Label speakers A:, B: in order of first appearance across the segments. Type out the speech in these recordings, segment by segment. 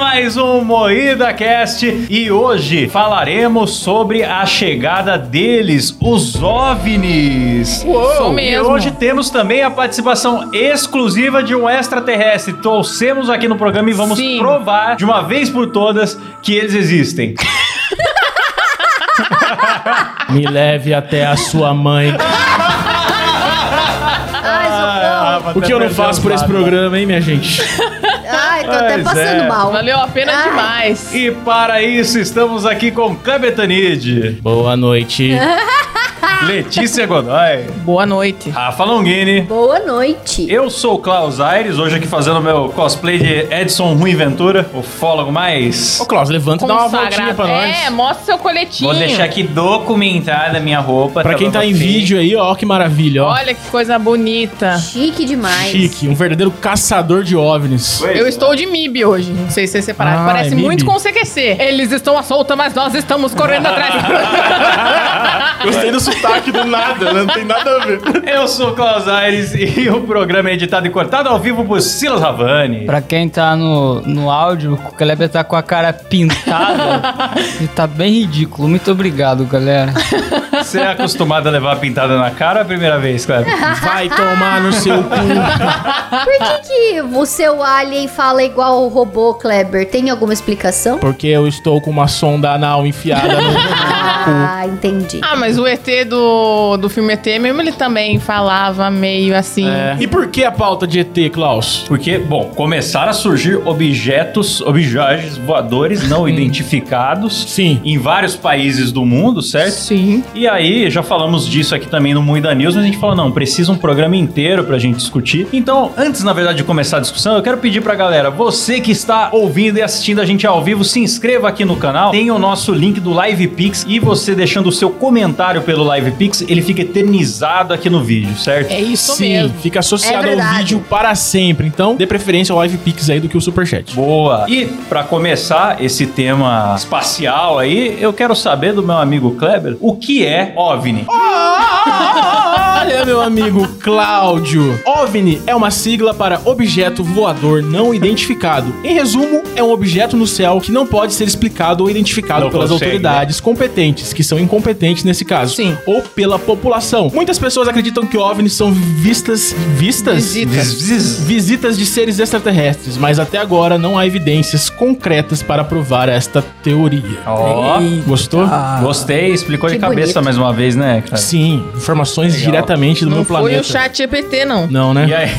A: mais um Moída Cast e hoje falaremos sobre a chegada deles, os OVNIs.
B: Isso
A: E
B: mesmo.
A: hoje temos também a participação exclusiva de um extraterrestre. Trouxemos aqui no programa e vamos
B: Sim.
A: provar de uma vez por todas que eles existem.
C: Me leve até a sua mãe.
D: Ai,
A: Ah.
D: socorro.
C: O que eu não faço por esse programa, hein, minha gente?
D: Ai, tô até
A: Pois
D: passando
A: é.
D: mal.
B: Valeu a pena
D: Ai.
B: demais.
A: E para isso estamos aqui com Kleber Tanid,
C: Boa noite.
B: É.
C: Ah!
A: Letícia Godoy,
B: Boa noite.
A: Rafa Longini.
D: Boa noite.
A: Eu sou o Klaus Aires, hoje aqui fazendo meu cosplay de Edson Rui Ventura, o fólogo mais.
C: Ô, Klaus, levanta e dá uma voltinha pra nós.
B: É, mostra seu coletinho.
A: Vou deixar aqui documentada a minha roupa.
C: Pra quem tá em
A: bem feia.
C: vídeo aí, ó, que maravilha, ó.
B: Olha que coisa bonita.
D: Chique demais.
C: Chique, um verdadeiro caçador de OVNIs.
A: Pois
B: Eu
A: é.
B: estou de MIB hoje. Não sei se vocês separaram.
C: Ah,
B: Parece
C: é
B: muito
C: MIB.
B: com o CQC. Eles estão à solta, mas nós estamos correndo atrás.
C: Gostei do sotaque do nada, né? não tem nada a ver.
A: Eu sou o Klaus Aires e o programa é editado e cortado ao vivo por Silas Ravani.
E: Pra quem tá no, no áudio, o Kleber tá com a cara pintada. e tá bem ridículo. Muito obrigado, galera.
A: Você é acostumado a levar a pintada na cara é a primeira vez, Kleber?
C: Vai tomar no seu cu.
D: Por que, que o seu alien fala igual o robô Kleber? Tem alguma explicação?
C: Porque eu estou com uma sonda anal enfiada no cu.
D: Ah, entendi.
B: ah, mas o ET do, do filme ET mesmo, ele também falava meio assim.
C: E por que a pauta de ET, Klaus?
A: Porque, bom, começaram a surgir objetos, objetos voadores não identificados
C: Sim.
A: em vários países do mundo, certo?
B: Sim.
A: E aí, já falamos disso aqui também no Muita News, mas a gente falou, não, precisa um programa inteiro pra gente discutir. Então, antes, na verdade, de começar a discussão, eu quero pedir pra galera, você que está ouvindo e assistindo a gente ao vivo, se inscreva aqui no canal, tem o nosso link do Live Pix e você deixando o seu comentário pelo Live Pix, ele fica eternizado aqui no vídeo, certo?
B: É isso
C: Sim,
B: mesmo.
C: fica associado
D: É
C: ao
D: verdade.
C: vídeo para sempre. Então, dê preferência ao Live Pix aí do que o Superchat.
A: Boa! E pra começar esse tema espacial aí, eu quero saber do meu amigo Kleber o que é OVNI.
C: Olha, meu amigo Cláudio. OVNI é uma sigla para Objeto Voador Não Identificado. Em resumo, é um objeto no céu que não pode ser explicado ou identificado
A: Não
C: pelas
A: consegue, né?
C: autoridades competentes, que são incompetentes nesse caso.
B: Sim.
C: Ou pela população. Muitas pessoas acreditam que OVNIs são vistas... Vistas?
B: Visitas.
A: Zzz, zzz.
C: Visitas de seres extraterrestres, mas até agora não há evidências concretas para provar esta teoria.
A: Ó, Ah.
C: Gostou?
A: gostei, explicou de
D: Que
A: cabeça
D: bonito.
A: mais uma vez, né, cara?
C: Sim, informações
A: Legal.
C: diretamente do
B: Não
C: meu
B: foi
C: planeta.
B: o chat EPT, não.
C: Não, né?
A: E aí,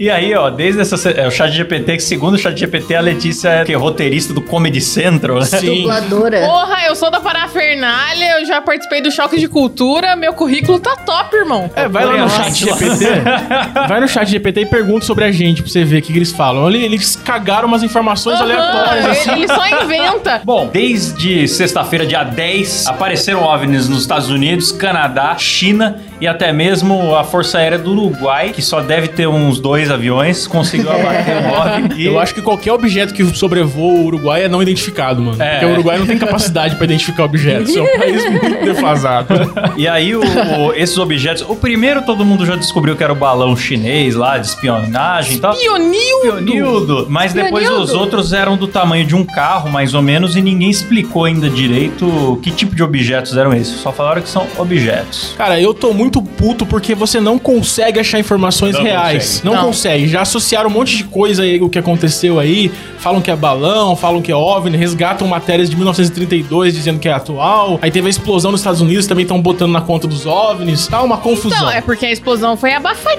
A: e aí, ó, desde essa. se- É, o chat GPT, que segundo o chat GPT, a Letícia é que é roteirista do Comedy Central, né?
C: Sim.
D: Dubladora.
B: Porra, eu sou da parafernália, eu já participei do choque de cultura, meu currículo tá top, irmão.
C: É, vai lá no chat GPT. vai no chat GPT e pergunta sobre a gente pra você ver o que, que eles falam. Ele- Eles cagaram umas informações aleatórias.
B: Aham, É.
C: assim.
B: ele, ele só inventa.
A: Bom, desde sexta-feira, dia 10, apareceram OVNIs nos Estados Unidos, Canadá, China e até mesmo a Força Aérea do Uruguai, que só deve ter uns dois aviões, conseguiu abater o OVNI. E
C: Eu acho que qualquer objeto que sobrevoa o Uruguai é não identificado, mano.
A: É.
C: Porque o Uruguai não tem capacidade pra identificar objetos. É um país muito defasado.
A: E aí, o- o- esses objetos. O primeiro todo mundo já descobriu que era o balão chinês lá, de espionagem e tal.
B: Pionil.
A: Pionildo. Mas depois
D: Pionildo.
A: os outros eram do tamanho de um carro, mais ou menos, e ninguém explicou ainda direito que tipo de objetos eram esses. Só falaram que são objetos.
C: Cara, eu tô muito puto porque você não consegue achar informações
A: Não
C: reais.
A: consegue.
C: Não,
B: Não.
C: consegue. Já associaram um monte de coisa aí, o que aconteceu aí. Falam que é balão, falam que é OVNI, resgatam matérias de 1932 dizendo que é atual. Aí teve a explosão nos Estados Unidos, também estão botando na conta dos OVNIs. Tá uma confusão.
B: Não, é porque a explosão foi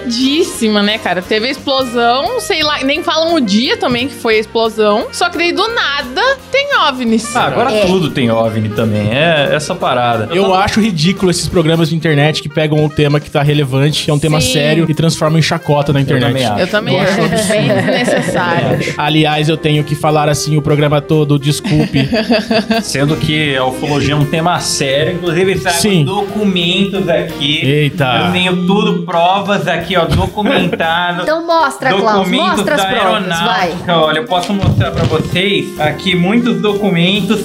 B: abafadíssima, né, cara? Teve a explosão, sei lá, nem falam o dia também que foi a explosão. Só que daí do nada tem OVNIs.
A: Ah, agora
D: É.
A: tudo tem OVNI também. É essa parada.
C: Eu acho ridículo esses programas de internet que pegam o tema que tá relevante, que é um tema
B: Sim.
C: sério, e transformam em chacota na internet.
A: também acho.
B: eu também
C: eu acho
B: acho bem desnecessário.
C: Aliás, eu tenho que falar assim o programa todo, desculpe.
A: Sendo que a ufologia é um tema sério. Inclusive, tá eles trago
C: Sim. Ah.
A: documentos aqui.
C: Eita.
A: Eu tenho tudo provas aqui, ó, documentado.
D: Então mostra, Klaus.
A: documentos
D: Mostra as
A: Oh, da tá?
D: provas, vai.
A: aeronáutica. Olha, eu posso mostrar pra vocês aqui muitos documentos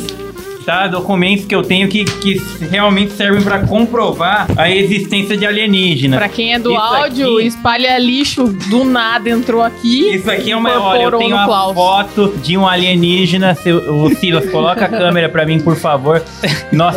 F: tá? Documentos que eu tenho que, que realmente servem pra comprovar a existência de alienígena.
B: Pra quem é do
F: Né? Isso
B: áudio,
F: aqui-
B: espalha lixo do nada, entrou aqui.
F: Isso aqui é uma.
B: incorporou
F: Olha, eu tenho
B: no
F: uma
B: Klaus.
F: foto de um alienígena. Seu- O Silas, coloca a câmera pra mim, por favor. Nós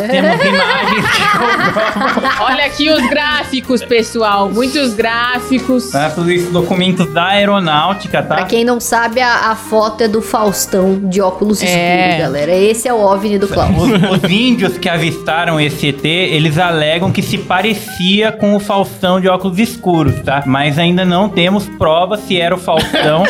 F: temos imagens que comprovam.
B: Olha aqui os gráficos, pessoal. Muitos gráficos.
F: Tá? Tudo isso, documentos da aeronáutica,
D: Pra
F: tá?
D: quem não sabe, a, a foto é do Faustão de óculos
B: É.
D: escuros, galera. Esse é o OVNI do Klaus.
F: Os, os índios que avistaram esse ET, eles alegam que se parecia com o Faustão de óculos escuros, tá? Mas ainda não temos prova se era o Faustão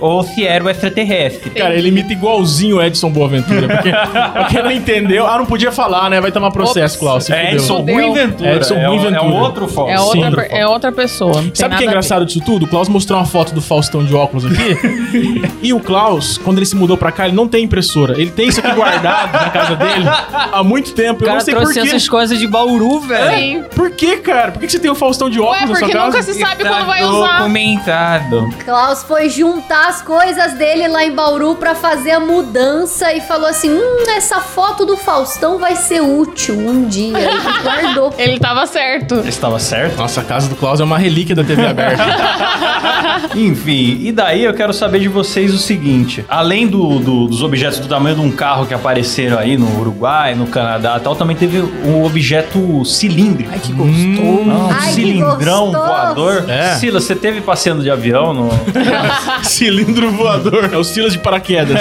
F: ou se era o extraterrestre.
C: Cara, ele imita igualzinho o Edson Boaventura. Porque, pra quem não entendeu, ah, não podia falar, né? Vai tomar processo,
B: Ops.
C: Klaus. se
F: É
C: fudeu.
F: Edson
B: Fudeu.
F: Buiventura.
C: Edson
F: é, um- é
C: Buiventura.
F: um outro Faustão.
B: É
C: Sim.
B: outra, per- é outra pessoa. não tem
C: Sabe o
B: nada a ver.
C: que é engraçado disso tudo? O Klaus mostrou uma foto do Faustão de óculos aqui. e o Klaus, quando ele se mudou pra cá, ele não tem impressora. Ele tem isso aqui guardado na casa dele há muito tempo.
E: O
C: Eu não
E: cara
C: sei por
E: trouxe
C: quê.
E: essas coisas de Bauru, velho.
B: Sim.
C: Por que, cara? Por que que você tem o Faustão de óculos
B: Ué,
C: na sua
B: porque
C: casa?
B: nunca se sabe
F: Está
B: quando vai usar.
F: tá? documentado.
D: Klaus foi juntar as coisas dele lá em Bauru pra fazer a mudança e falou assim: hum, essa foto do Faustão vai ser útil um dia. Ele guardou.
B: Ele tava certo.
A: Estava certo?
C: Nossa, a casa do Klaus é uma relíquia da TV aberta.
A: Enfim, e daí eu quero saber de vocês o seguinte: além do- do- dos objetos do tamanho de um carro que apareceram aí no Uruguai, no Canadá e tal, também teve um objeto cilíndrico. Ai, que gostoso!
D: Ai,
A: um
D: que
A: cilindrão
D: gostoso.
A: voador.
C: É.
A: Sila, você teve passeando de avião no.
C: Cilindro voador. É o Silas de paraquedas.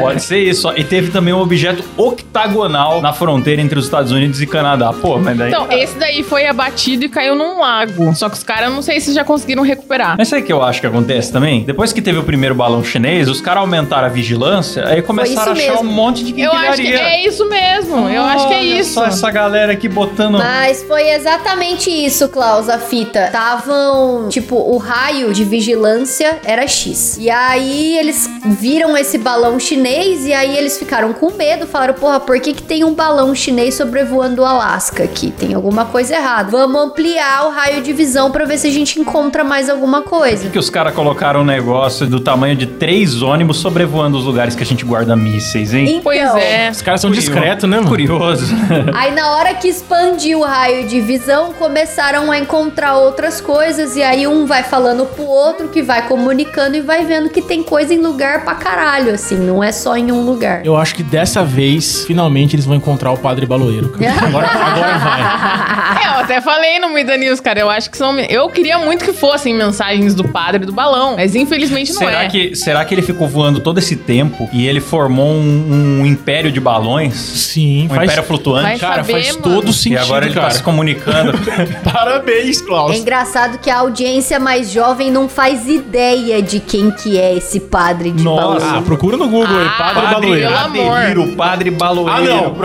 A: Pode ser isso. ó. E teve também um objeto octagonal na fronteira entre os Estados Unidos e Canadá. Pô, mas daí. tá.
B: Então, esse daí foi abatido e caiu num lago. Só que os caras, não sei se já conseguiram recuperar.
A: Mas sabe o que eu acho que acontece também? Depois que teve o primeiro balão chinês, os caras aumentaram a vigilância, aí começaram a
D: isso
A: achar
D: mesmo.
A: um monte de
B: Eu acho que
A: quinquilharia.
B: é isso mesmo. Eu acho que é
A: Olha
B: isso.
A: Só essa galera aqui botando.
D: Mas foi exatamente isso, Klaus, a fita. Tavam, tipo, o raio de vigilância era X. E aí eles viram esse balão chinês e aí eles ficaram com medo, falaram, porra, por que que tem um balão chinês sobrevoando o Alasca aqui? Tem alguma coisa errada. Vamos ampliar o raio de visão pra ver se a gente encontra mais alguma coisa.
A: Que os caras colocaram um negócio do tamanho de três ônibus sobrevoando os lugares que a gente guarda mísseis, hein?
B: Pois
D: Então,
B: é.
C: Os caras são discretos, né, mano?
A: Curioso.
D: Aí na hora que expandiu o raio de visão, começaram a encontrar outras coisas e aí um vai falando pro outro, que vai comunicando e vai vendo que tem coisa em lugar pra caralho, assim, não é só em um lugar.
C: Eu acho que dessa vez, finalmente, eles vão encontrar o Padre Baloeiro, cara. Agora,
A: tá
C: agora vai.
B: É, eu até falei no Mida News, cara. Eu acho que são. Eu queria muito que fossem mensagens do padre do balão, mas infelizmente não
A: será,
B: é.
A: que, será que ele ficou voando todo esse tempo e ele formou um, um império de balões?
C: Sim,
A: Um império
B: Vai
A: flutuante?
C: Cara,
B: saber,
C: faz
B: mano.
C: todo
A: E
C: sentido,
A: agora ele
C: cara.
A: tá se comunicando.
C: Parabéns, Klaus.
D: É engraçado que a audiência mais jovem não faz ideia de quem que é esse padre de
A: Nossa,
D: balão.
C: Ah, procura no Google aí,
B: Ah,
C: Padre
B: Padre
C: Baloeiro.
B: Pelo amor.
A: Aderir, padre baloeiro.
C: Ah, não. O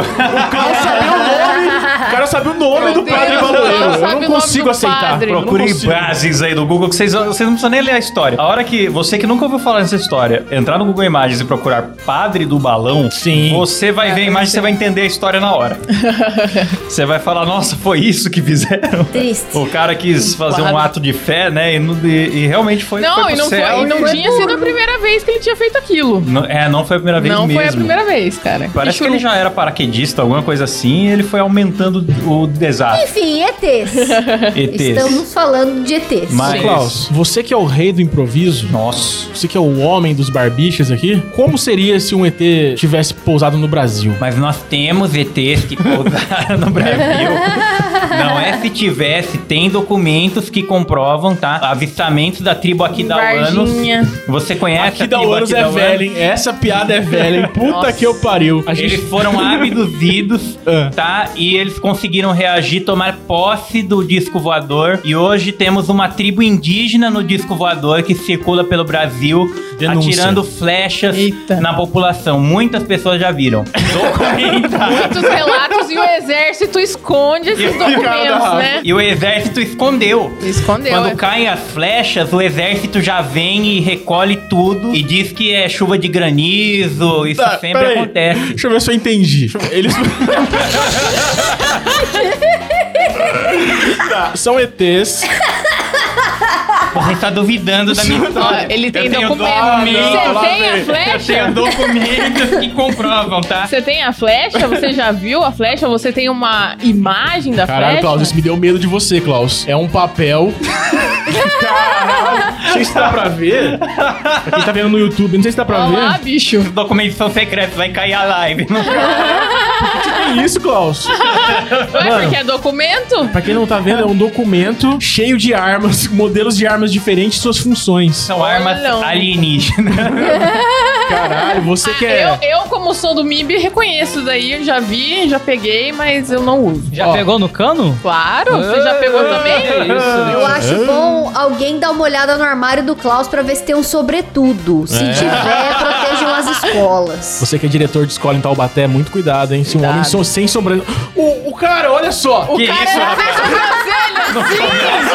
C: cara sabe o nome. O cara sabe o nome
B: Meu
C: do Padre
B: Deus, o cara
C: Baloeiro.
B: sabe
C: Eu
B: o
C: não
B: nome
C: consigo
B: do
C: aceitar.
B: padre.
C: Eu não
A: Procure
C: consigo.
A: imagens aí do Google, que vocês, vocês não precisam nem ler a história. A hora que você que nunca ouviu falar nessa história, entrar no Google Imagens e procurar Padre do Balão,
C: Sim. É,
A: você vai ver a imagem e você vai entender a história na hora. você vai falar, nossa, foi isso que fizeram?
D: Triste.
A: O cara quis fazer um
B: Claro.
A: ato de fé, né? E, não- e- e realmente foi
B: Não,
A: foi pro
B: e não, foi,
A: céu
B: e não
A: e-
B: tinha sido a primeira vez que ele tinha feito aquilo.
A: Não- É, não foi a primeira vez
B: Não
A: mesmo.
B: foi a primeira vez, cara.
A: Parece que é ele já era paraquedista, alguma coisa assim, e ele foi aumentando o desastre.
D: Enfim, ETs.
A: ETs.
D: Estamos falando de ETs.
A: Mas-
C: Ô, Klaus, você que é o rei do improviso,
A: Nossa.
C: você que é o homem dos barbichas aqui, como seria se um ET tivesse pousado no Brasil?
F: Mas nós temos ETs que pousaram no Brasil. Não é se tivesse, tem documentos que comprovam, tá? Avistamentos da tribo
A: um
F: Aquidauanos.
B: Varginha.
F: Você conhece
C: Aqui da Ouros é velha, hein? Essa piada é velha, hein? Puta
B: Nossa.
C: que eu pariu. A gente...
F: Eles foram abduzidos,
C: Ah.
F: tá? E eles conseguiram reagir, tomar posse do disco voador. E hoje temos uma tribo indígena no disco voador que circula pelo Brasil,
C: Denúncia.
F: atirando flechas
B: Eita.
F: na população. Muitas pessoas já viram. Documentado.
B: Muitos relatos e o exército esconde esses documentos, né?
F: E o exército escondeu.
B: Escondeu.
F: Quando
B: é.
F: caem as flechas, o exército já vem e recolhe tudo e diz que é chuva de granizo. Isso
C: Tá,
F: sempre
C: peraí.
F: acontece.
C: Deixa eu ver se eu entendi. Deixa eu ver. Eles. Tá, são ETs.
F: Você está duvidando da minha
B: Ó,
F: história.
B: ele tem
F: Eu tenho
B: documento.
F: documentos.
B: Você tem a
F: Eu
B: flecha?
F: tenho documentos que comprovam, tá?
B: Você tem a flecha? Você já viu a flecha? Você tem uma imagem da
C: Caralho,
B: flecha?
C: Klaus, isso me deu medo de você, Klaus. É um papel. Caralho, não sei se dá pra ver. Pra quem tá vendo no YouTube, não sei se dá pra
B: Olha lá,
C: ver.
B: bicho.
F: Os documentos são secretos, vai cair a live. Não
C: Que é isso, Klaus?
B: Ué, porque é documento?
C: Pra quem não tá vendo, é um documento cheio de armas, modelos de armas diferentes e suas funções.
F: são armas
B: Olha.
F: alienígenas.
C: Caralho, você que é.
B: Ah, Eu, eu, como sou do MIB, reconheço isso daí. Eu já vi, já peguei, mas eu não uso.
E: Já
C: Ó.
E: pegou no cano?
B: Claro, você já
C: Ah.
B: pegou também?
E: Que isso,
D: Eu acho bom alguém dar uma olhada no armário do Klaus pra ver se tem um sobretudo. Se
A: É.
D: tiver, protejam as escolas.
C: Você que é diretor de escola em Taubaté, muito cuidado, hein? Se um homem so- sem sombra. O, o cara, olha só!
F: que isso, rapaz?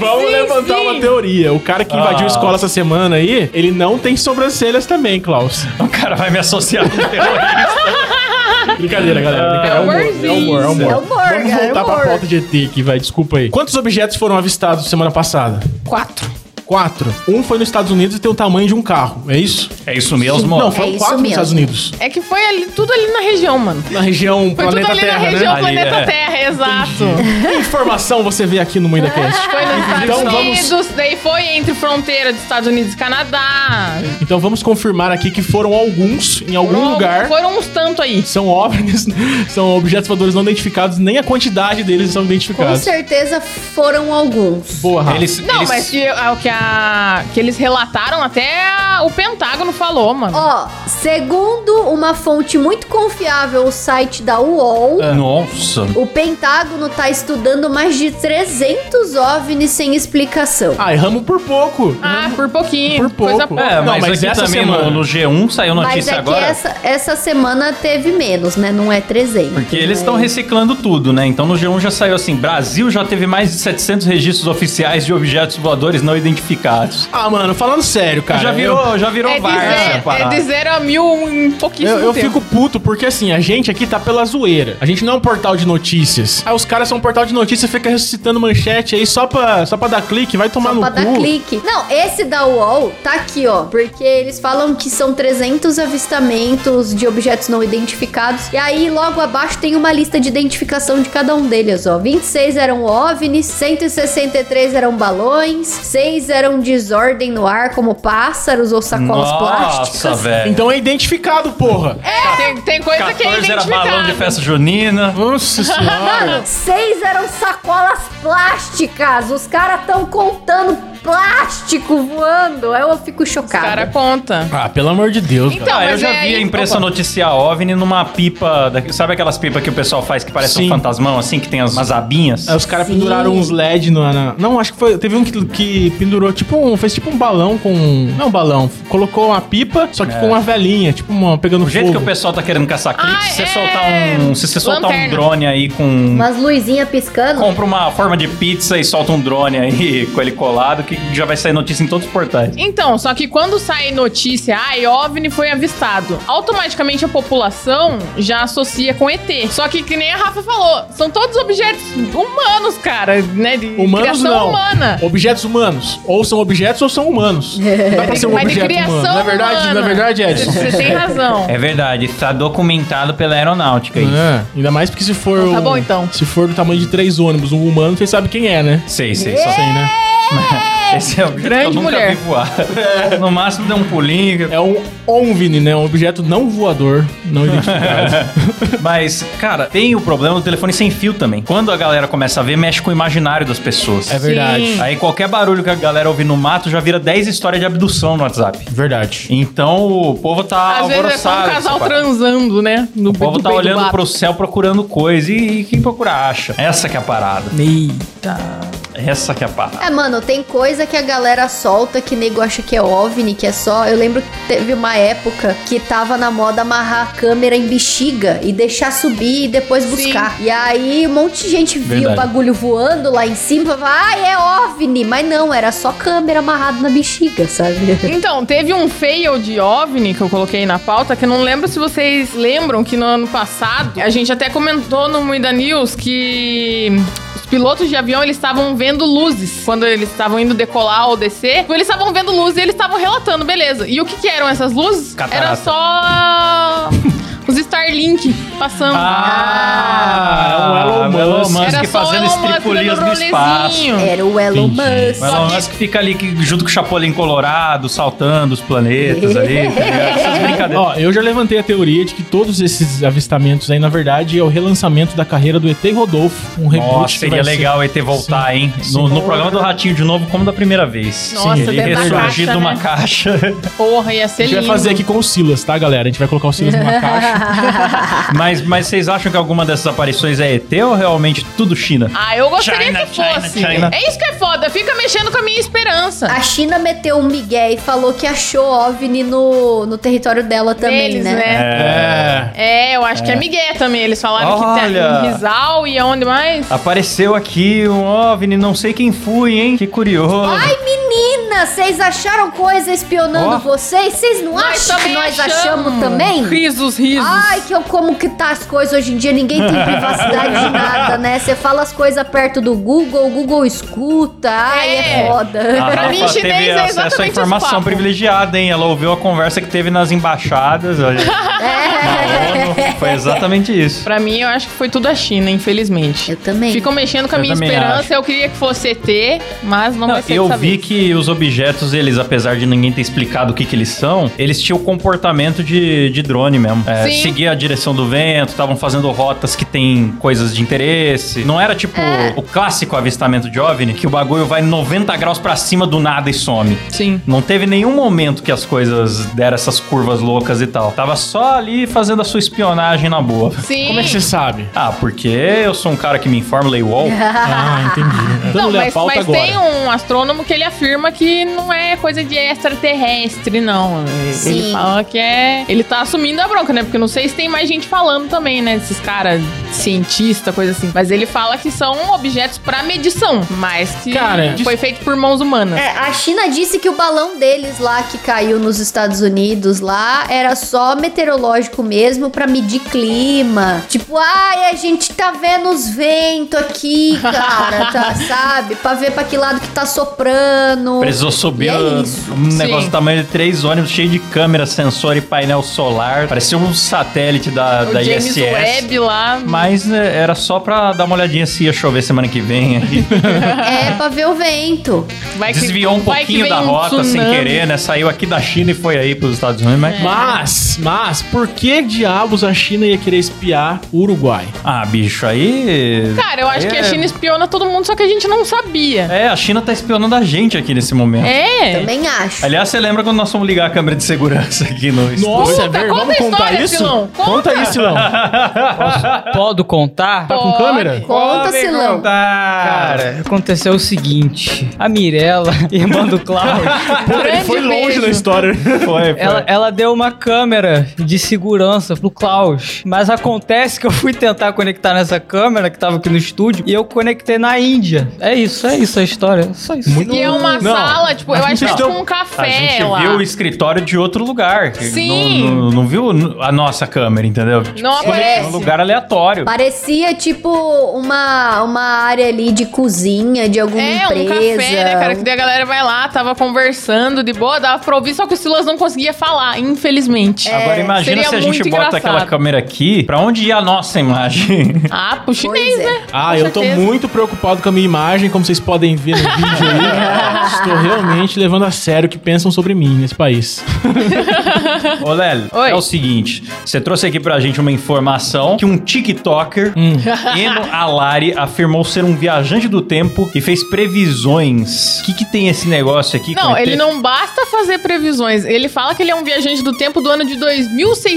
C: Vamos
B: sim,
C: levantar
B: sim.
C: uma teoria. O cara que
B: Ah.
C: invadiu a escola essa semana aí, ele não tem sobrancelhas também, Klaus.
A: O cara vai me associar com terrorista.
C: Brincadeira, galera.
B: É
C: brincadeira. É humor, é humor.
D: É humor,
C: Vamos
D: cara, é
C: voltar pra
D: humor.
C: pauta de ET aqui, vai. Desculpa aí. Quantos objetos foram avistados semana passada?
B: Quatro.
C: Quatro. Um foi nos Estados Unidos e tem o tamanho de um carro. É isso?
A: É isso mesmo, mano.
C: Não, foram
D: É isso
C: quatro nos
D: mesmo.
C: Estados Unidos.
B: É que foi ali, tudo ali na região, mano.
C: Na região
B: Foi
C: Planeta
B: tudo ali
C: Terra,
B: na região
A: né?
B: Planeta
A: Ali, é.
B: Terra, exato.
C: né? Que informação você vê aqui no Mãe da Cast?
B: Foi nos Estados
C: Então vamos-
B: Unidos, daí foi entre fronteira dos Estados Unidos e Canadá.
C: Então vamos confirmar aqui que foram alguns em algum
B: Foram-
C: Um lugar.
B: Foram uns tanto aí.
C: São OVNIs, são objetos voadores não identificados, nem a quantidade deles são
D: Com
C: identificados.
D: certeza foram alguns.
C: Boa, Rafa.
A: Eles,
B: Não,
A: eles-
B: mas que, ah, o que, a, que eles relataram até a- o Pentágono falou, mano.
D: Ó, segundo uma fonte muito confiável, o site da UOL,
A: É. Nossa.
D: o Pentágono tá estudando mais de 300 OVNIs sem explicação.
C: Ah, erramos por pouco.
B: ah, por pouquinho.
C: Uhum. Por pouco.
B: Coisa pouca.
A: É,
C: Não,
A: mas,
C: mas
A: aqui
C: essa
A: também
C: semana-
A: no, no G1 saiu
D: Mas
A: Ah, notícia
D: é que
A: agora.
D: essa, essa semana teve menos, né? Não é 300.
A: Porque eles
D: né?
A: estão reciclando tudo, né? Então no G1 já saiu assim: Brasil já teve mais de 700 registros oficiais de objetos voadores não identificados.
C: Ah, mano, falando sério, cara.
A: já
C: eu-
A: virou, já virou
B: É de,
A: várzea
B: zero,
A: a parada.
B: é de zero a mil em pouquíssimo
C: Eu, eu
B: tempo.
C: fico puto porque assim, a gente aqui tá pela zoeira. A gente não é um portal de notícias. Ah, os caras são um portal de notícias, fica ressuscitando manchete aí só pra, só pra dar clique, vai tomar no
D: Só pra dar
C: cu.
D: clique. Não, esse da UOL tá aqui, ó. Porque eles falam que são 300 avistamentos de objetos não identificados. E aí, logo abaixo, tem uma lista de identificação de cada um deles, ó. 26 eram OVNIs, 163 eram balões, 6 eram desordem no ar, como pássaros ou sacolas
A: Nossa,
D: plásticas.
A: velho.
C: Então é identificado, porra.
B: Tem, tem coisa que é
A: 14 era balão de
B: identificada.
A: festa junina.
C: Nossa senhora.
D: Seis eram sacolas plásticas. Os caras tão contando plástico voando. Eu fico chocada.
B: Cara, conta.
C: ah, pelo amor de Deus,
B: Então,
C: cara.
A: Ah, eu
B: mas
A: já
B: é
A: vi a
B: aí-
A: imprensa
B: Opa.
A: noticiar OVNI numa pipa, da- sabe aquelas pipas que o pessoal faz que parece
C: Sim.
A: um fantasmão, assim, que tem as, umas abinhas?
C: Aí os caras
D: Sim.
C: penduraram uns LED na, na- Não, acho que foi. Teve um que, que pendurou tipo um. Fez tipo um balão com. Não, um balão. Colocou uma pipa, só que com uma velhinha, tipo uma pegando
A: O jeito que o
C: fogo.
A: pessoal tá querendo caçar clipe,
B: Ah,
A: se você
B: é.
A: soltar um. Se você soltar um
B: Lanterna.
A: drone aí com.
D: Umas luzinhas piscando.
A: Compra uma forma de pizza e solta um drone aí com ele colado, que já vai sair notícia em todos os portais.
B: Então, só que quando sai notícia, ai, OVNI foi avistado, automaticamente a população já associa com ET. Só que, que nem a Rafa falou, são todos objetos humanos, cara, né? De
C: Humanos
B: criação
C: não.
B: humana. É.
C: Objetos humanos. Ou são objetos ou são humanos. Não dá pra ser um
B: Mas de
C: objeto
B: criação
C: humano. Na verdade,
B: humana.
C: na verdade, Edson.
B: Você tem razão.
F: É verdade,
A: tá
F: está documentado pela aeronáutica isso.
C: É, ainda mais porque se for.
B: Então tá
C: um-
B: bom, então.
C: Se for do tamanho de três ônibus, um humano, vocês sabem quem é, né?
A: Sei, sei,
C: Só
A: só sei.
C: sei, né?
A: Esse é o
B: Grande
A: grande que eu nunca
B: mulher.
A: vi voar. No máximo deu um pulinho.
C: É um OVNI, né? Um objeto não voador, não identificado.
A: Mas, cara, tem o problema do telefone sem fio também. Quando a galera começa a ver, mexe com o imaginário das pessoas.
C: é verdade.
B: Sim.
A: Aí qualquer barulho que a galera ouvir no mato já vira 10 histórias de abdução no WhatsApp.
C: Verdade.
A: Então o povo tá
B: Às vezes é só um
A: alvoroçado.
B: casal
A: sabe?
B: transando, né? No
A: O povo
B: do
A: tá
B: peito do
A: olhando
B: mato.
A: pro céu procurando coisa e, e quem procura acha. Essa que é a parada.
E: Eita.
A: Essa que é a parada.
D: É, mano, tem coisa que a galera solta que nego acha que é OVNI, que é só. Eu lembro que teve uma época que tava na moda amarrar a câmera em bexiga e deixar subir e depois buscar. E aí um monte de gente viu
A: Verdade.
D: o bagulho voando lá em cima e falava, ah, é OVNI. Mas não, era só câmera amarrada na bexiga, sabe?
B: Então, teve um fail de OVNI que eu coloquei na pauta, que eu não lembro se vocês lembram que no ano passado, a gente até comentou no Muida News que os pilotos de avião, eles estavam vendo luzes. Quando eles estavam indo decolar ou descer, Então, eles estavam vendo luzes e eles estavam relatando, beleza. E o que que eram essas luzes?
F: Catarata.
B: Era só... Os Starlink passando.
A: Ah,
C: Ah,
A: o Elon Musk,
B: Era só o
A: fazendo
B: Elon Musk
A: estripulias
B: dando
A: no espaço.
B: rolezinho.
D: Era o Elon
A: Entendi.
D: Musk.
A: O Elon Musk fica ali que- junto com o Chapolin Colorado, saltando os planetas ali, tá ligado?
B: É.
A: Essas brincadeiras.
C: Ó, eu já levantei a teoria de que todos esses avistamentos aí, na verdade, é o relançamento da carreira do ET Rodolfo. Um reboot.
A: Nossa,
C: que
A: seria
C: vai ser-
A: legal ET voltar, hein? No, no programa do Ratinho de novo, como da primeira vez.
B: Nossa,
A: Sim, ele
B: dentro da
A: ressurgido
B: caixa,
A: numa
B: né?
A: caixa.
B: Porra, ia ser
C: A gente
B: lindo.
C: vai fazer aqui com o Silas, tá, galera? A gente vai colocar o Silas numa caixa.
A: mas, mas vocês acham que alguma dessas aparições é ET ou realmente tudo China?
B: Ah, eu gostaria
A: China,
B: que
A: China,
B: fosse.
A: China.
B: É isso que é foda, fica mexendo com a minha esperança.
D: A China meteu um migué e falou que achou OVNI no, no território dela também,
B: Deles,
D: né?
C: É.
B: É, eu acho que é Miguel também. Eles falaram que
A: Olha.
B: tem em Rizal e onde mais?
A: Apareceu aqui um OVNI, não sei quem fui, hein? Que curioso.
D: Ai, menina, vocês acharam coisa espionando
A: Ó.
D: vocês? Vocês não acham que nós achamos também?
B: Risos, risos.
D: Ai, que eu como que tá as coisas hoje em dia, ninguém tem privacidade de nada, né? Você fala as coisas perto do Google, o Google escuta, ai, é,
B: É.
D: foda.
A: A
B: Pra mim,
A: Rafa
B: chinês
A: teve
B: é
A: acesso à
B: exatamente esse
A: informação
B: papo.
A: privilegiada, hein? Ela ouviu a conversa que teve nas embaixadas, olha. na
D: É.
A: ONU. Foi exatamente isso.
B: Pra mim, eu acho que foi tudo a China, infelizmente.
D: Eu também.
B: Ficam mexendo com a
A: Eu
B: minha
A: também
B: esperança.
A: acho.
B: Eu queria que fosse ET, mas não,
A: Não,
B: vai ser
A: eu
B: dessa
A: vi
B: vez.
A: que os objetos, eles, apesar de ninguém ter explicado o que, que eles são, eles tinham o comportamento de, de drone mesmo. É,
B: Sim.
A: seguia a direção do vento, estavam fazendo rotas que tem coisas de interesse. Não era tipo
B: É.
A: o clássico avistamento de OVNI, que o bagulho vai 90 graus pra cima do nada e some.
B: Sim.
A: Não teve nenhum momento que as coisas deram essas curvas loucas e tal. Tava só ali fazendo a sua espionagem na boa.
B: Sim.
C: Como é que você sabe?
A: Ah, porque eu sou um cara que me informa, lei wall.
D: um
C: Ah, entendi. Então
B: Não,
C: lê a
B: mas,
C: pauta
B: mas
C: agora.
B: tem um astrônomo que ele afirma que não é coisa de extraterrestre, não.
D: Sim.
B: Ele fala que é. Ele tá assumindo a bronca, né? Porque eu não sei se tem mais gente falando também, né? Esses caras cientista, coisa assim. Mas ele fala que são objetos pra medição, mas que
C: Cara,
B: foi feito por mãos humanas.
D: É, a China disse que o balão deles lá que caiu nos Estados Unidos lá era só meteorológico mesmo pra medir clima. Tipo, ai, a gente tá vendo os ventos aqui, cara, tá, sabe? Pra ver pra que lado que tá soprando.
A: Precisou subir
D: E é
A: uh,
D: isso.
A: um
B: Sim.
A: negócio do tamanho de três ônibus, cheio de câmera, sensor e painel solar. Parecia um satélite da,
B: o
A: da
B: James
A: ISS.
B: Webb lá.
A: Mas né, era só pra dar uma olhadinha se ia chover semana que vem. Aí
D: É, pra ver o vento.
B: Vai É que-
A: Desviou um
B: vai que
A: pouquinho
B: vem
A: da
B: um
A: rota sem
B: tsunami. É.
A: querer, né? Saiu aqui da China e foi aí pros Estados Unidos, mas...
C: Mas, mas, por que diabos a China ia querer espiar o Uruguai?
A: Ah, bicho, aí...
B: Cara, eu acho
A: aí
B: que
A: é-
B: a China espiona todo mundo, só que a gente não sabia.
A: É, a China tá espionando a gente aqui nesse momento.
B: É.
D: Também acho.
A: Aliás, você lembra quando nós fomos ligar a câmera de segurança aqui no estúdio?
C: Nossa,
B: Conta,
C: é ver-
B: conta
C: Vamos
B: a
C: contar
B: história,
C: isso?
B: Silão,
C: Conta isso, Silão. Tá
E: Podo Ah, contar?
C: com
B: Pode.
C: câmera?
D: Conta,
A: Podem
D: Silão.
B: tá
A: contar.
E: Aconteceu o seguinte: a Mirella, irmã do Cláudio,
C: Puta, ele
B: Grande
C: foi longe
B: É, beijo.
C: na história.
A: Foi, foi.
E: ela, ela deu uma câmera de segurança pro Klaus. Mas acontece que eu fui tentar conectar nessa câmera que tava aqui no estúdio e eu conectei na Índia. É isso, é isso a história. é Só isso.
C: Muito-
B: E é uma
C: Não.
B: sala, tipo, eu
C: Mas
B: acho que é
C: vocês
B: tipo
C: estão-
B: um
A: A
B: café
A: gente
B: lá.
A: viu o escritório de outro lugar. que
B: Sim.
A: Não, não- não viu a nossa câmera, entendeu? Tipo,
B: Não é,
A: um
B: aparece.
A: lugar aleatório.
D: Parecia tipo uma, uma área ali de cozinha de alguma
B: É, um
D: empresa.
B: café, né, cara? Que daí a galera vai lá, tava conversando de boa, dava pra ouvir, só que o Silas não conseguia falar, infelizmente.
A: Agora imagina
B: É, seria
A: se a gente
B: muito
A: bota
B: engraçado.
A: aquela câmera aqui, pra onde ia a nossa imagem?
B: Ah, pro
D: Pois
B: chinês,
D: é.
B: né?
C: Ah,
B: Com
C: eu tô
B: certeza.
C: muito preocupado com a minha imagem, como vocês podem ver no vídeo aí. Estou realmente levando a sério o que pensam sobre mim nesse país.
A: Ô, Lélio,
B: Oi.
A: é o seguinte, você trouxe aqui pra gente uma informação que um tiktoker,
B: Hum.
A: Eno Alari, afirmou ser um viajante do tempo e fez previsões. O que que tem esse negócio aqui? é com
B: Não,
A: ET?
B: ele não basta fazer previsões. Ele fala que ele é um viajante do tempo do ano de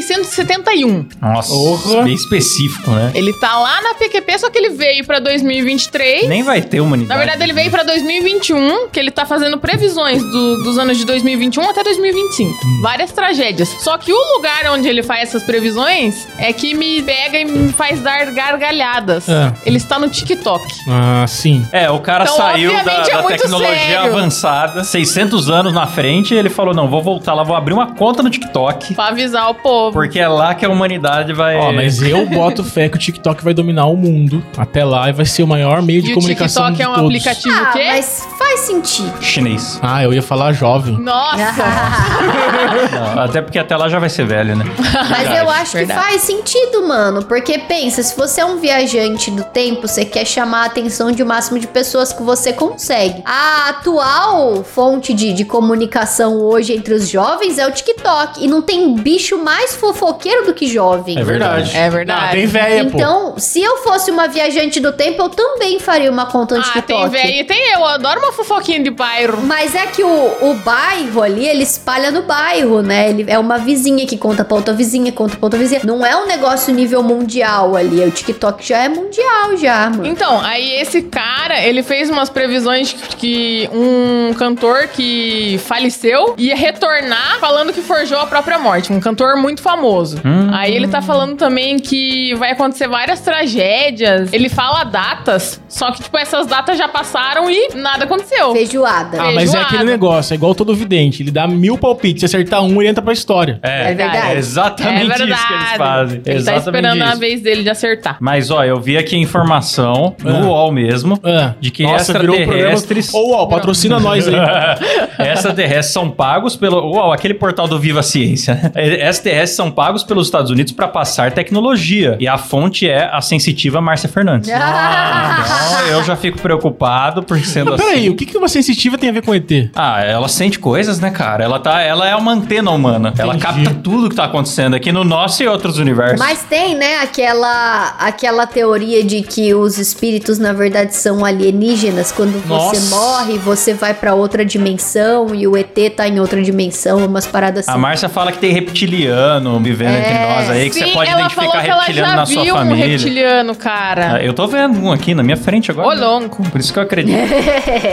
B: 2671.
A: Nossa,
C: Porra.
A: bem específico, né?
B: Ele tá lá na PQP, só que ele veio pra 2023.
A: Nem vai ter humanidade.
B: Na verdade, ele veio pra 2021, que ele tá fazendo previsões do- dos anos de 2021 até 2025.
C: Hum.
B: Várias tragédias. Só que o lugar onde ele faz essas previsões é que me pega e me faz dar gargalhadas.
C: É.
B: Ele está no TikTok.
C: Ah, sim.
A: É, o cara
B: Então,
A: saiu da,
B: obviamente, é
A: da
B: muito
A: tecnologia
B: sério.
A: avançada, 600 anos na frente, e ele falou: não, vou voltar lá, vou abrir uma conta no TikTok,
B: Pra avisar o povo.
A: porque é lá que a humanidade vai.
B: É.
C: Ó, mas eu boto fé que o TikTok vai dominar o mundo até lá e vai ser o maior meio de
B: e o
C: comunicação
B: TikTok
C: de
B: é um
C: todos.
B: aplicativo
D: Ah,
B: o quê?
D: mas faz sentido.
A: Chinês.
C: Ah, eu ia falar jovem.
B: Nossa!
D: Ah,
A: Não, até porque até lá já vai ser velho, né?
D: Mas eu acho que
B: verdade.
D: faz sentido, mano. Porque pensa, se você é um viajante do tempo, você quer chamar a atenção de o máximo de pessoas que você consegue. A atual fonte de, de comunicação hoje entre os jovens é o TikTok. E não tem bicho mais fofoqueiro do que jovem.
A: É verdade.
B: É verdade.
C: Ah, tem véia, pô.
D: Então, se eu fosse uma viajante do tempo, eu também faria uma conta no
B: ah,
D: TikTok.
B: tem velho e tem eu. Eu adoro uma fofoquinha de bairro.
D: Mas é que o, o bairro ali, ele espalha no bairro, né? Ele é uma vizinha que conta pra outra vizinha, conta pra outra vizinha. Não é um negócio nível mundial ali. O TikTok já é mundial, já, mano.
B: Então, aí esse cara, ele fez umas previsões que- que um cantor que faleceu ia retornar falando que forjou a própria morte. Um cantor muito famoso.
A: Hum.
B: Aí ele tá falando também que vai acontecer várias tragédias. Ele fala datas, só que, tipo, essas datas já passaram e nada aconteceu.
D: Feijoada.
C: Ah, mas é
B: Feijoada.
C: aquele negócio, é igual todo vidente. Ele dá mil palpites, se acertar um, ele entra pra história.
A: É,
D: É verdade.
A: é exatamente isso que eles fazem.
B: Ele
A: exatamente
B: tá esperando
A: isso.
B: a vez dele de acertar.
A: Mas ó, eu vi aqui a informação no
C: Ah.
A: UOL mesmo.
B: É.
C: Ah,
A: De que
C: programa.
A: extraterrestres-
C: Ou, ó, patrocina nós aí.
A: STRs são pagos pelo. Uau, aquele portal do Viva Ciência. né? STRs são pagos pelos Estados Unidos para passar tecnologia. E a fonte é a sensitiva Márcia Fernandes. Então eu já fico preocupado por sendo
C: Mas
A: assim.
C: peraí, o que, que uma sensitiva tem a ver com ET?
A: Ah, ela sente coisas, né, cara? Ela, tá, ela é uma antena humana. Ela
C: Entendi.
A: capta tudo que tá acontecendo aqui no nosso e outros universos.
D: Mas tem, né, aquela, aquela teoria de que os espíritos, na verdade, são alienígenas. Quando você
C: Nossa.
D: morre, você vai pra outra dimensão e o ET tá em outra dimensão, umas paradas
A: A
C: Ah,
D: assim.
A: Márcia fala que tem reptiliano vivendo entre
D: É,
A: nós aí, que você pode
B: ela
A: identificar
B: falou que ela
A: reptiliano
B: já
A: na sua
B: viu um
A: família.
B: reptiliano, cara.
A: Ah, Eu tô vendo um aqui na minha frente agora.
B: Ô, louco.
A: Por isso que eu acredito.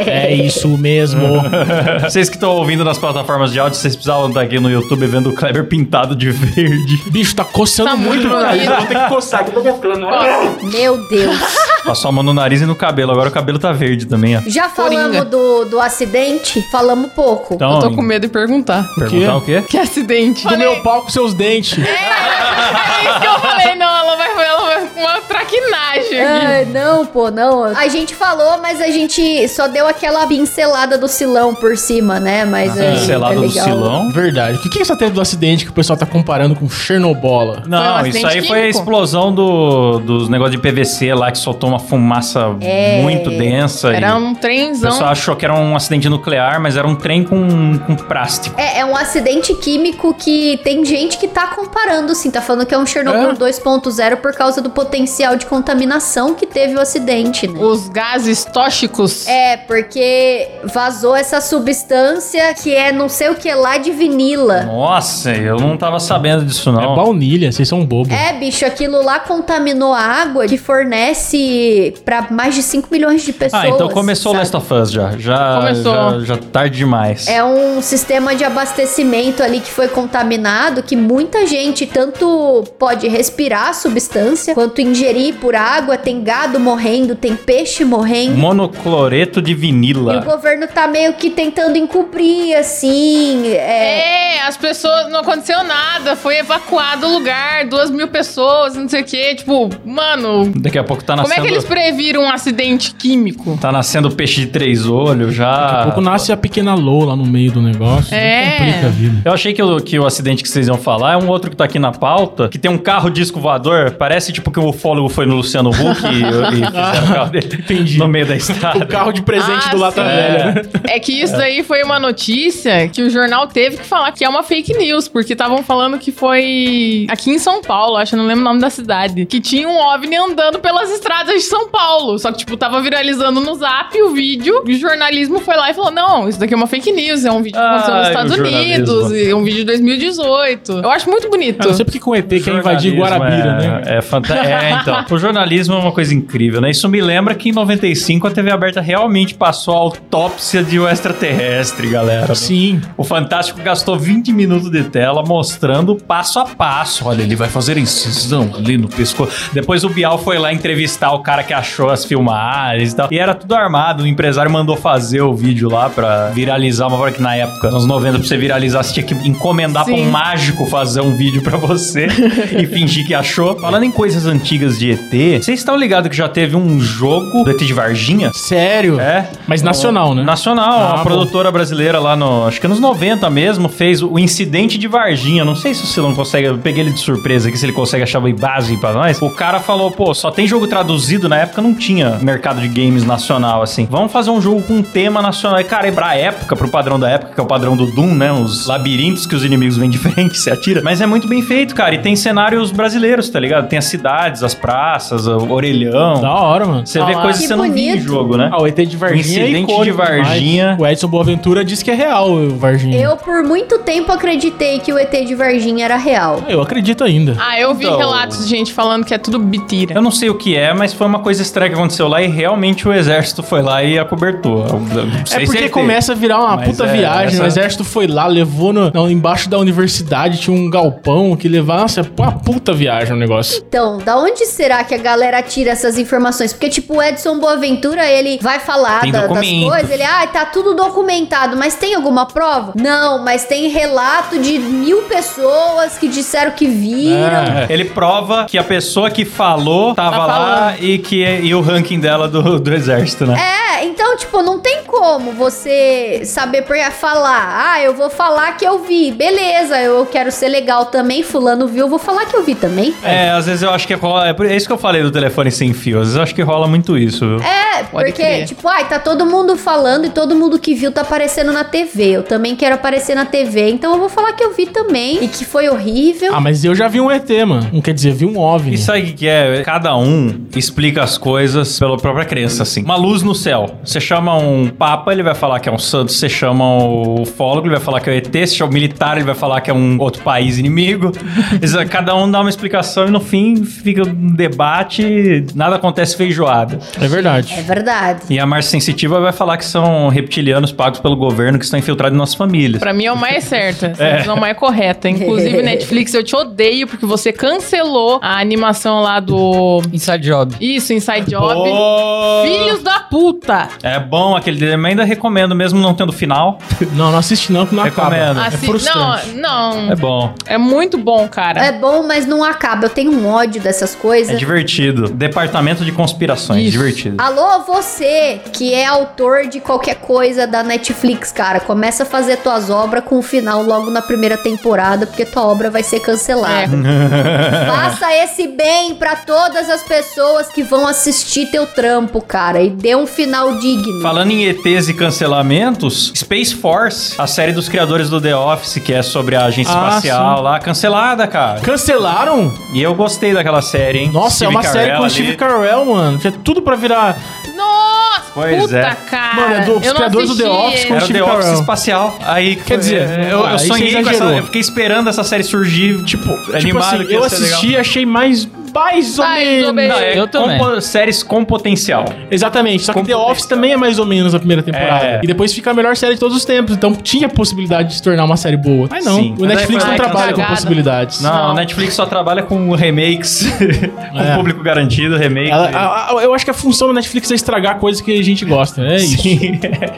C: É isso mesmo.
A: vocês que estão ouvindo nas plataformas de áudio, vocês precisavam estar aqui no YouTube vendo o Kleber pintado de verde.
C: Bicho, tá coçando
B: Tá
C: muito
B: muito
C: meu nariz. Eu
B: bonito.
C: vou ter que coçar aqui.
D: Meu Deus.
A: Passou a mão no nariz e no cabelo. Agora o cabelo tá verde também, ó.
D: Já
B: Coringa.
D: falamos do, do acidente? Falamos pouco.
A: Então,
B: Eu tô com medo de perguntar.
A: Perguntar o quê?
B: Que acidente.
C: Do meu pau com seus dentes.
B: É isso que eu falei, não, ela vai, ela vai com uma traquinagem aqui.
D: Ai, É, não, pô, não. A gente falou, mas a gente só deu aquela pincelada do silão por cima, né? Mas é,
A: Ah. Pincelada
D: é
B: tá
A: do
D: legal.
A: Silão.
C: Verdade. O que, que é essa teve do acidente que o pessoal tá comparando com Chernobola?
A: Não,
B: um
A: isso aí
B: acidente
A: foi a
B: químico?
A: explosão do, dos negócios de PVC lá que soltou uma fumaça
D: É.
A: muito densa.
B: Era
A: e
B: um
A: O
B: trenzão.
A: pessoal achou que era um acidente nuclear, mas era um trem com, com plástico.
D: É, é um acidente químico que tem gente que tá comparando, assim, tá falando que é um Chernobyl
C: É?
D: 2.0 por causa do potencial de contaminação que teve o acidente, né?
B: Os gases tóxicos.
D: É, porque vazou essa substância que é não sei o que lá de vinila.
A: Nossa, eu não tava sabendo disso, não.
C: É baunilha, vocês são bobos.
D: É, bicho, aquilo lá contaminou a água que fornece pra mais de 5 milhões de pessoas.
A: Ah, então começou o
D: sabe?
A: Last of Us já. Já,
B: Começou.
A: já, já tarde demais.
D: É um sistema de abastecimento ali que foi contaminado, que muita gente tanto pode respirar a substância, quanto ingerir por água, tem gado morrendo, tem peixe
A: Hum,
D: morrendo.
A: Monocloreto de
D: E o
A: vinila.
D: governo tá meio que tentando encobrir, assim. É,
B: É, as pessoas. Não aconteceu nada. Foi evacuado o lugar, duas mil pessoas, não sei o quê. Tipo, mano.
A: Daqui a pouco tá
B: Como é
A: nascendo.
B: que eles previram um acidente químico?
A: Tá nascendo peixe de três olhos
C: Daqui a
A: já.
C: pouco nasce a pequena Lou lá no meio do negócio.
B: É.
C: Complica a vida.
A: Eu achei que o, que o acidente que vocês iam falar é um outro que tá aqui na pauta, que tem um carro disco voador. Parece tipo que o ufólogo foi no Luciano Huck e, e fizeram o carro dele
C: Entendi.
A: no meio da estrada.
C: O carro de presente
B: Ah,
C: do Lata
B: sim.
C: Velha.
B: É que isso daí foi uma notícia que o jornal teve que falar que é uma uma fake news, porque estavam falando que foi aqui em São Paulo, acho, eu não lembro o nome da cidade, que tinha um OVNI andando pelas estradas de São Paulo. Só que, tipo, tava viralizando no zap o vídeo, e o jornalismo foi lá e falou: não, isso daqui é uma fake news, é um vídeo que aconteceu nos
A: Ai,
B: Estados
A: o jornalismo.
B: Unidos, e é um vídeo de 2018. Eu acho muito bonito.
C: Ah, não sei porque com o ET quer invadir
A: jornalismo
C: Guarabira,
A: é,
C: né?
A: É fantástico. É, então. O jornalismo é uma coisa incrível, né? Isso me lembra que em 95 a TV aberta realmente passou a autópsia de um extraterrestre, galera.
C: né? Sim.
A: O Fantástico gastou 20 minutos de tela mostrando passo a passo. Olha, ele vai fazer incisão ali no pescoço. Depois o Bial foi lá entrevistar o cara que achou as filmagens e tal. E era tudo armado. O empresário mandou fazer o vídeo lá pra viralizar. Uma hora que na época, nos 90, pra você viralizar, você tinha que encomendar pra um
B: Sim.
A: mágico fazer um vídeo pra você e fingir que achou. Falando em coisas antigas de ET, vocês estão ligados que já teve um jogo do ET de Varginha?
C: Sério?
A: É.
C: Mas nacional, né?
A: Nacional,
C: Ah,
A: uma
C: bom.
A: produtora brasileira lá no. Acho que nos 90 mesmo, fez o incidente de Varginha. Não sei se o Silão consegue. Eu peguei ele de surpresa aqui, se ele consegue achar o base pra nós. O cara falou, pô, só tem jogo traduzido. Na época não tinha mercado de games nacional, assim. Vamos fazer um jogo com um tema nacional. E, cara, e pra época, pro padrão da época, que é o padrão do Doom, né? Os labirintos que os inimigos vêm de frente, se atira. Mas é muito bem feito, cara. E tem cenários brasileiros, tá ligado? Tem as cidades, as praças, o orelhão.
C: Da hora, mano.
A: Você vê
B: Ah,
A: coisas que
D: que
A: você não via em
D: bonito.
A: jogo, né?
C: Ah, o ET de Varginha. é
A: incidente
C: icônico
A: de Varginha.
C: demais. O Edson Boaventura disse que é real o Varginha.
D: Eu, por muito tempo, acreditei que o ET de Varginha era real.
C: Ah, eu acredito ainda.
B: Ah, eu vi
A: Então-
B: relatos de gente falando que é tudo bitira.
A: Eu não sei o que é, mas foi uma coisa estranha que aconteceu lá e realmente o exército foi lá e acobertou. Eu não sei
C: É
A: se
C: porque
A: ele
C: começa a virar uma
A: Mas
C: puta
A: é,
C: viagem.
A: essa-
C: O exército foi lá, levou no, não, embaixo da universidade, tinha um galpão que levava. Nossa, é uma puta viagem o negócio.
D: Então, da onde será que a galera tira essas informações? Porque, tipo, o Edson Boaventura, ele vai falar
A: Tem
D: da- das
A: documentos.
D: coisas, ele, ah, tá tudo documentado, mas tem alguma prova? Não, mas tem relato de mil pessoas que disseram que viram.
A: É, ele prova que a pessoa que falou tava
B: Tá
A: lá
B: falando.
A: e que é, e o ranking dela do, do exército, né?
D: É, então, tipo, não tem como você saber por falar. Ah, eu vou falar que eu vi. Beleza, eu quero ser legal também. Fulano viu, eu vou falar que eu vi também.
A: É, às vezes eu acho que rola. É por- é isso que eu falei do telefone sem fio. Às vezes eu acho que rola muito isso, viu?
D: É,
B: Pode
D: porque,
B: crer.
D: tipo, ai, tá todo mundo falando e todo mundo que viu tá aparecendo na TV. Eu também quero aparecer na TV, então eu vou falar que eu vi também e que foi horrível.
C: Ah, mas eu já vi um ET, mano. Não quer dizer, vi um OVNI.
A: E sabe o que que é? Cada um explica as coisas pela própria crença, assim. Uma luz no céu. Você chama um papa, ele vai falar que é um santo. Você chama o ufólogo, ele vai falar que é o ET. Você chama o militar, ele vai falar que é um outro país inimigo. Eles- Cada um dá uma explicação e no fim fica um debate, nada acontece feijoada.
C: É verdade.
D: É verdade.
A: E a Marcia Sensitiva vai falar que são reptilianos pagos pelo governo que estão infiltrados em nossas famílias.
B: Pra mim é o mais certo. Essa visão mais correta. Inclusive, Netflix, eu te odeio porque você cancelou a animação lá do.
E: Inside Job.
B: Isso, Inside Job.
A: Boa!
B: Filhos da puta!
A: É bom aquele desenho, mas ainda recomendo, mesmo não tendo final.
C: Não, não assiste não, que não acaba.
A: Recomendo.
C: É
B: Assi-
C: frustrante.
B: Não, Assim, não.
A: É bom.
B: É muito bom, cara.
D: É bom, mas não acaba. Eu tenho um ódio dessas
A: É
D: coisas.
A: divertido. Departamento de conspirações,
B: Isso.
A: divertido.
D: Alô, você que é autor de qualquer coisa da Netflix, cara, começa a fazer tuas obras com o final logo na primeira temporada, porque tua obra vai ser
B: É
D: cancelada. Faça esse bem pra todas as pessoas que vão assistir teu trampo, cara, e dê um final digno.
A: Falando em ETs e cancelamentos, Space Force, a série dos criadores do The Office, que é sobre a agência
C: Ah,
A: espacial lá, cancelada, cara.
C: Cancelaram?
A: E eu gostei daquela série, hein?
C: Nossa, é
A: Steve
C: uma série
A: Carell
C: com o
A: ali.
C: Steve Carell, mano. Tinha tudo pra virar.
B: Nossa,
A: Pois
B: puta,
A: é.
B: cara.
C: Mano, é do- os
B: Eu não
C: criadores do The
B: assisti
C: Office com
B: ele.
A: Era o
C: Steve
A: The Office
C: Carell.
A: espacial. Aí,
C: Quer dizer,
A: é, eu, eu
C: ah, aí
A: sonhei
C: você
A: com essa.
C: exagerou.
A: Eu fiquei esperando essa série surgir, tipo, animado.
C: Tipo assim,
A: que ia
C: eu
A: ser
C: assisti e achei mais. Mais ou
B: Mais ou
C: menos.
B: menos.
A: legal. Não, é
E: Eu também.
A: compo- séries com potencial.
C: Exatamente, só que
A: Com
C: The Office
A: potencial.
C: também é mais ou menos a primeira temporada.
A: É.
C: E depois fica a melhor série de todos os tempos. Então tinha a possibilidade de se tornar uma série boa. Mas não,
A: Sim.
C: o Netflix
A: Mas
C: não
A: aí foi
C: trabalha com
B: cagada.
C: possibilidades.
A: Não,
B: Não.
A: a Netflix só trabalha com remakes, com
C: É.
A: público garantido, é remake.
C: Ela- ah, a- a- eu acho que a função da Netflix é estragar coisas que a gente gosta. É isso.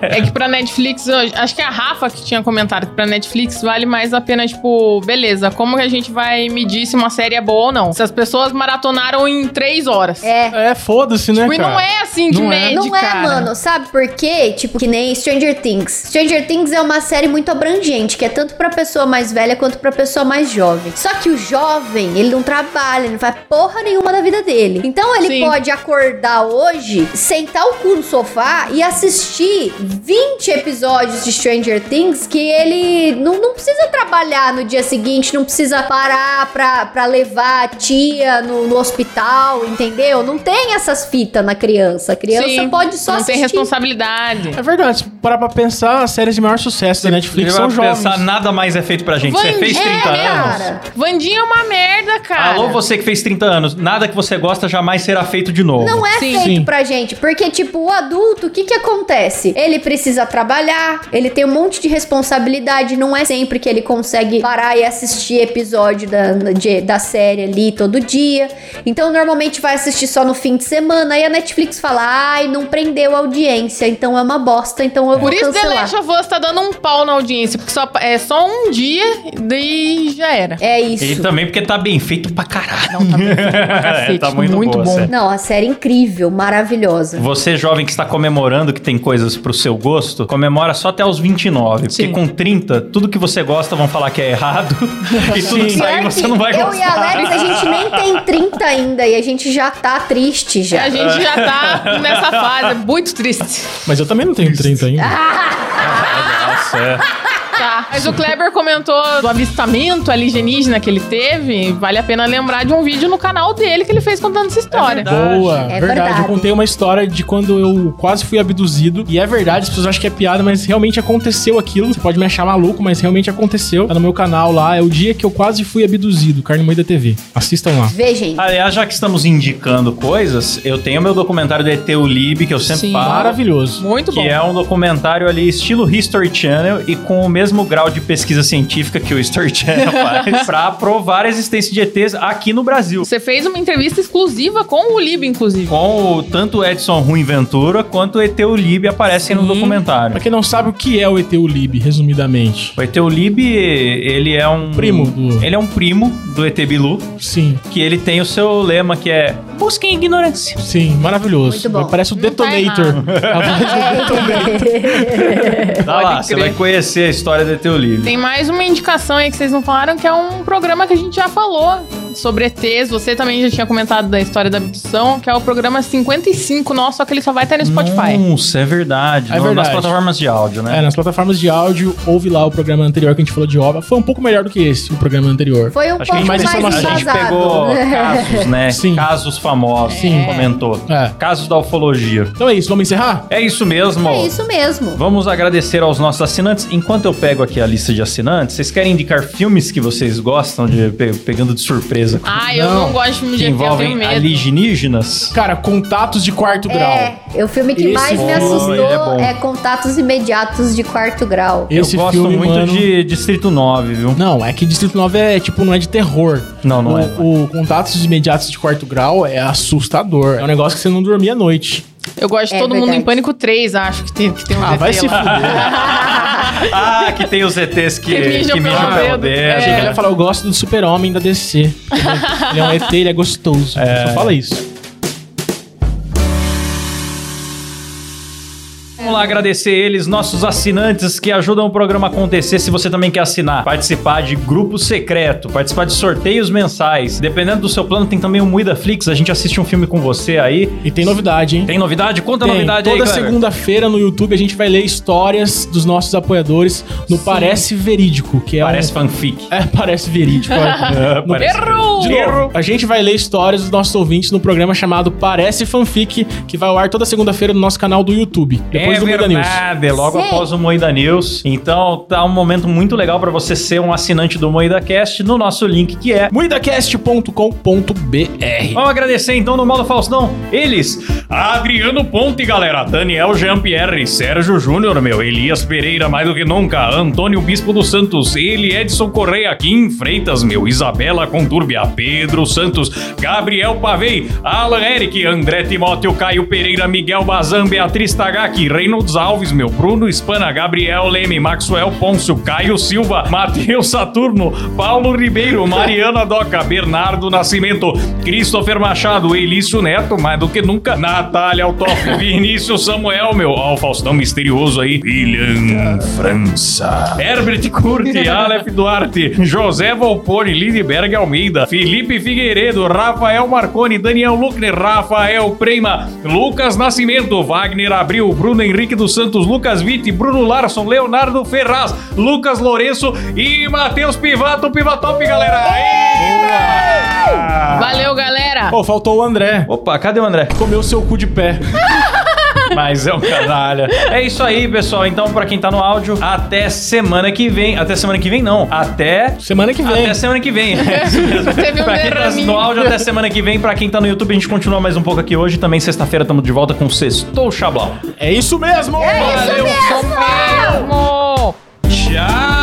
B: É que pra Netflix, eu- acho que é a Rafa que tinha comentado que pra Netflix vale mais a pena, tipo, beleza, como que a gente vai medir se uma série é boa ou não? Se as pessoas maratonaram em três horas.
D: É.
C: É, foda-se, né,
B: Tipo, e
C: cara?
B: não é assim de
C: Não é.
B: média,
D: Não é,
B: cara.
D: mano, sabe por quê? Tipo, que nem Stranger Things. Stranger Things é uma série muito abrangente, que é tanto pra pessoa mais velha quanto pra pessoa mais jovem. Só que o jovem, ele não trabalha, ele não faz porra nenhuma da vida dele. Então ele
B: Sim.
D: pode acordar hoje, sentar o cu no sofá e assistir 20 episódios de Stranger Things que ele não, não precisa trabalhar no dia seguinte, não precisa parar pra, pra levar a tia no, no hospital, entendeu? Não tem essas fitas na criança. A criança
B: Sim.
D: pode só
B: não
D: assistir.
B: tem responsabilidade.
C: É verdade, se parar pra pensar, as séries de maior sucesso da Netflix são jovens.
A: pensar, nada mais é feito pra gente.
C: um
A: Você
B: Van-
A: fez 30
D: é,
A: anos.
D: cara.
B: Vandinha é uma merda, cara.
A: Alô, você que fez 30 anos. Nada que você gosta jamais será feito de novo.
D: Não é
B: Sim.
D: feito
C: Sim.
D: pra gente, porque, tipo, o adulto, o que que acontece? Ele precisa trabalhar, ele tem um monte de responsabilidade, não é sempre que ele consegue parar e assistir episódio da, de- da série ali todo dia. Então, normalmente vai assistir só no fim de semana, aí a Netflix fala, ai, não prendeu a audiência, então é uma bosta, então eu vou
B: Por isso The
D: cancelar.
B: Last of Us tá dando um pau na audiência, porque só, é só um dia e já era.
D: É isso.
A: E também porque tá bem feito pra caralho.
B: Não, tá bem feito pra cacete,
A: É, tá muito,
B: muito
A: boa,
B: bom.
A: sério.
D: Não, a série é incrível, maravilhosa.
A: Você, jovem que está comemorando que tem coisas pro seu gosto, comemora só até os 29.
B: Sim.
A: Porque com 30, tudo que você gosta vão falar que é errado. e tudo que sair
D: Pior
A: você
D: que
A: não vai
D: eu
A: gostar.
D: e a Alex, a gente nem tem 30 ainda e a gente já tá triste já.
B: A gente já tá nessa fase, muito triste.
C: Mas eu também não tenho 30 ainda.
D: Ah,
A: Nossa, é.
B: Tá. Mas o Kleber comentou do avistamento alienígena que ele teve. Vale a pena lembrar de um vídeo no canal dele que ele fez contando essa história.
A: verdade.
C: Boa,
D: É
C: verdade.
D: verdade.
C: Eu contei uma história de quando eu quase fui abduzido. E é verdade, as pessoas acham que é piada, mas realmente aconteceu aquilo. Você pode me achar maluco, mas realmente aconteceu. Tá no meu canal lá. É o dia que eu quase fui abduzido. Carne Moída TV. Assistam lá.
D: Vê, gente.
A: Aliás, já que estamos indicando coisas, eu tenho meu documentário do ET Lib, que eu sempre
B: Sim.
A: falo.
C: Maravilhoso.
B: Muito bom.
A: Que é um documentário ali estilo History Channel e com o mesmo grau de pesquisa científica que o History Channel faz pra provar a existência de ETs aqui no Brasil.
B: Você fez uma entrevista exclusiva com o Lib, inclusive.
A: Com o, tanto o Edson Ruim Ventura quanto o ET Lib aparecem no
C: Sim.
A: documentário.
C: Pra quem não sabe o que é o ET Lib, resumidamente.
A: O ET Lib, ele é um...
C: Primo do-
A: Ele é um primo do ET Bilu,
C: Sim,
A: que ele tem o seu lema que é Busquem ignorância.
C: sim, maravilhoso.
D: Muito bom.
C: Parece o
B: Não tá
C: Detonator. A voz do- É,
A: Tá
B: Pode
A: lá, você
B: crer.
A: vai conhecer a história do ET Lib.
B: Tem mais uma indicação aí que vocês não falaram, que é um programa que a gente já falou sobre ETs. Você também já tinha comentado da história da abdução, que é o programa 55 nosso, só que ele só vai estar no Spotify.
A: Nossa, é verdade.
C: É
A: No- Nas
C: verdade.
A: plataformas de áudio, né?
C: É, nas plataformas de áudio, ouve lá o programa anterior que a gente falou de obra. Foi um pouco melhor do que esse, o programa anterior.
D: Foi um
A: Acho que a
D: pouco
A: gente,
D: mais
C: mais
A: a
C: informação.
A: gente
D: embasado. É
A: pegou casos, né?
C: Sim.
A: Casos famosos,
C: Sim.
A: comentou.
C: É.
A: Casos da ufologia.
C: Então é isso, vamos encerrar?
A: É isso mesmo.
D: É isso mesmo.
A: Vamos agradecer aos nossos assinantes. Enquanto eu pego aqui a lista de assinantes, vocês querem indicar filmes que vocês gostam de pe- pegando de surpresa?
B: Ah, eu não,
C: Não,
B: gosto de filme
A: que
B: de ET, eu tenho
A: envolvem
B: medo.
A: alienígenas?
C: Cara, contatos de quarto grau.
D: É, é o filme que
C: Esse
D: mais me
A: filme é bom.
D: assustou é, Contatos Imediatos de Quarto Grau.
C: Esse
A: eu gosto
C: filme,
A: muito
C: mano-
A: de Distrito 9, viu?
C: Não, é que Distrito 9 é tipo, não é de terror.
A: Não, não
C: o,
A: é.
C: O Contatos Imediatos de Quarto Grau é assustador. É um negócio que você não dormia à noite.
B: Eu gosto de
D: É
B: Todo Mundo
D: verdade.
B: em Pânico 3, acho que tem, que tem um
C: Ah,
B: ET
C: vai se
B: lá.
C: fuder.
A: ah, que tem os ETs que,
B: Que mijam
A: que
B: pelo
A: mijam pelo
B: dedo.
A: dedo.
C: Ele ia falar, eu gosto do super-homem da DC. ele é um ET, ele é gostoso. Só fala isso.
A: Vamos lá agradecer eles, nossos assinantes que ajudam o programa a acontecer. Se você também quer assinar, participar de grupo secreto, participar de sorteios mensais. Dependendo do seu plano, tem também o Muida Flix. A gente assiste um filme com você aí.
C: E tem novidade, hein?
A: Tem novidade? Conta a
C: Tem.
A: novidade
C: Toda
A: aí, Kleber.
C: segunda-feira no YouTube a gente vai ler histórias dos nossos apoiadores no Parece Verídico, que é
A: Parece
C: um...
A: fanfic.
C: É, parece verídico. é. No-
A: parece-
B: Errou!
C: De novo, a gente vai ler histórias dos nossos ouvintes no programa chamado Parece Fanfic, que vai ao ar toda segunda-feira no nosso canal do YouTube. Depois
A: é
C: do Muda News.
A: verdade, logo
D: Sim.
A: após o Moída News. Então tá um momento muito legal pra você ser um assinante do Moída Cast no nosso link que é
C: Muidacast.com.br
A: Vamos agradecer então no modo Faustão. Eles, Adriano Ponte, galera, Daniel Jean-Pierre, Sérgio Júnior, meu, Elias Pereira, mais do que nunca, Antônio Bispo dos Santos, ele, Edson Correia, Kim Freitas, meu, Isabela Contúrbia, Pedro Santos, Gabriel Pavei, Alan Eric, André Timóteo, Caio Pereira, Miguel Bazan, Beatriz Tagaki, Reino Reynolds Alves, meu, Bruno Espana, Gabriel Leme, Maxwell Pôncio, Caio Silva, Matheus Saturno, Paulo Ribeiro, Mariana Doca, Bernardo Nascimento, Christopher Machado, Elício Neto, mais do que nunca, Natália Altoff, Vinícius Samuel, meu, ó, o Faustão misterioso aí, William França, Herbert Curti, Aleph Duarte, José Volpone, Lindberg Almeida, Felipe Figueiredo, Rafael Marconi, Daniel Luckner, Rafael Prema, Lucas Nascimento, Wagner Abril, Bruno Henrique dos Santos, Lucas Vitti, Bruno Larson, Leonardo Ferraz, Lucas Lourenço e Matheus Pivato, Pivatop, galera! Eita!
B: Valeu, galera.
C: Pô, faltou o André.
A: Opa, cadê o André?
C: Comeu seu cu de pé.
A: Mas é um canalha. É isso aí, pessoal. Então, pra quem tá no áudio, até semana que vem. Até semana que vem, não. Até.
C: Semana que vem.
A: Até semana que vem. É isso mesmo.
B: Teve um
A: pra quem tá
B: derraminho.
A: no áudio, até semana que vem. Pra quem tá no YouTube, a gente continua mais um pouco aqui hoje. Também sexta-feira estamos de volta com o Sextou Xablau.
C: É isso mesmo!
A: Valeu,
B: Mesmo.
A: Tchau!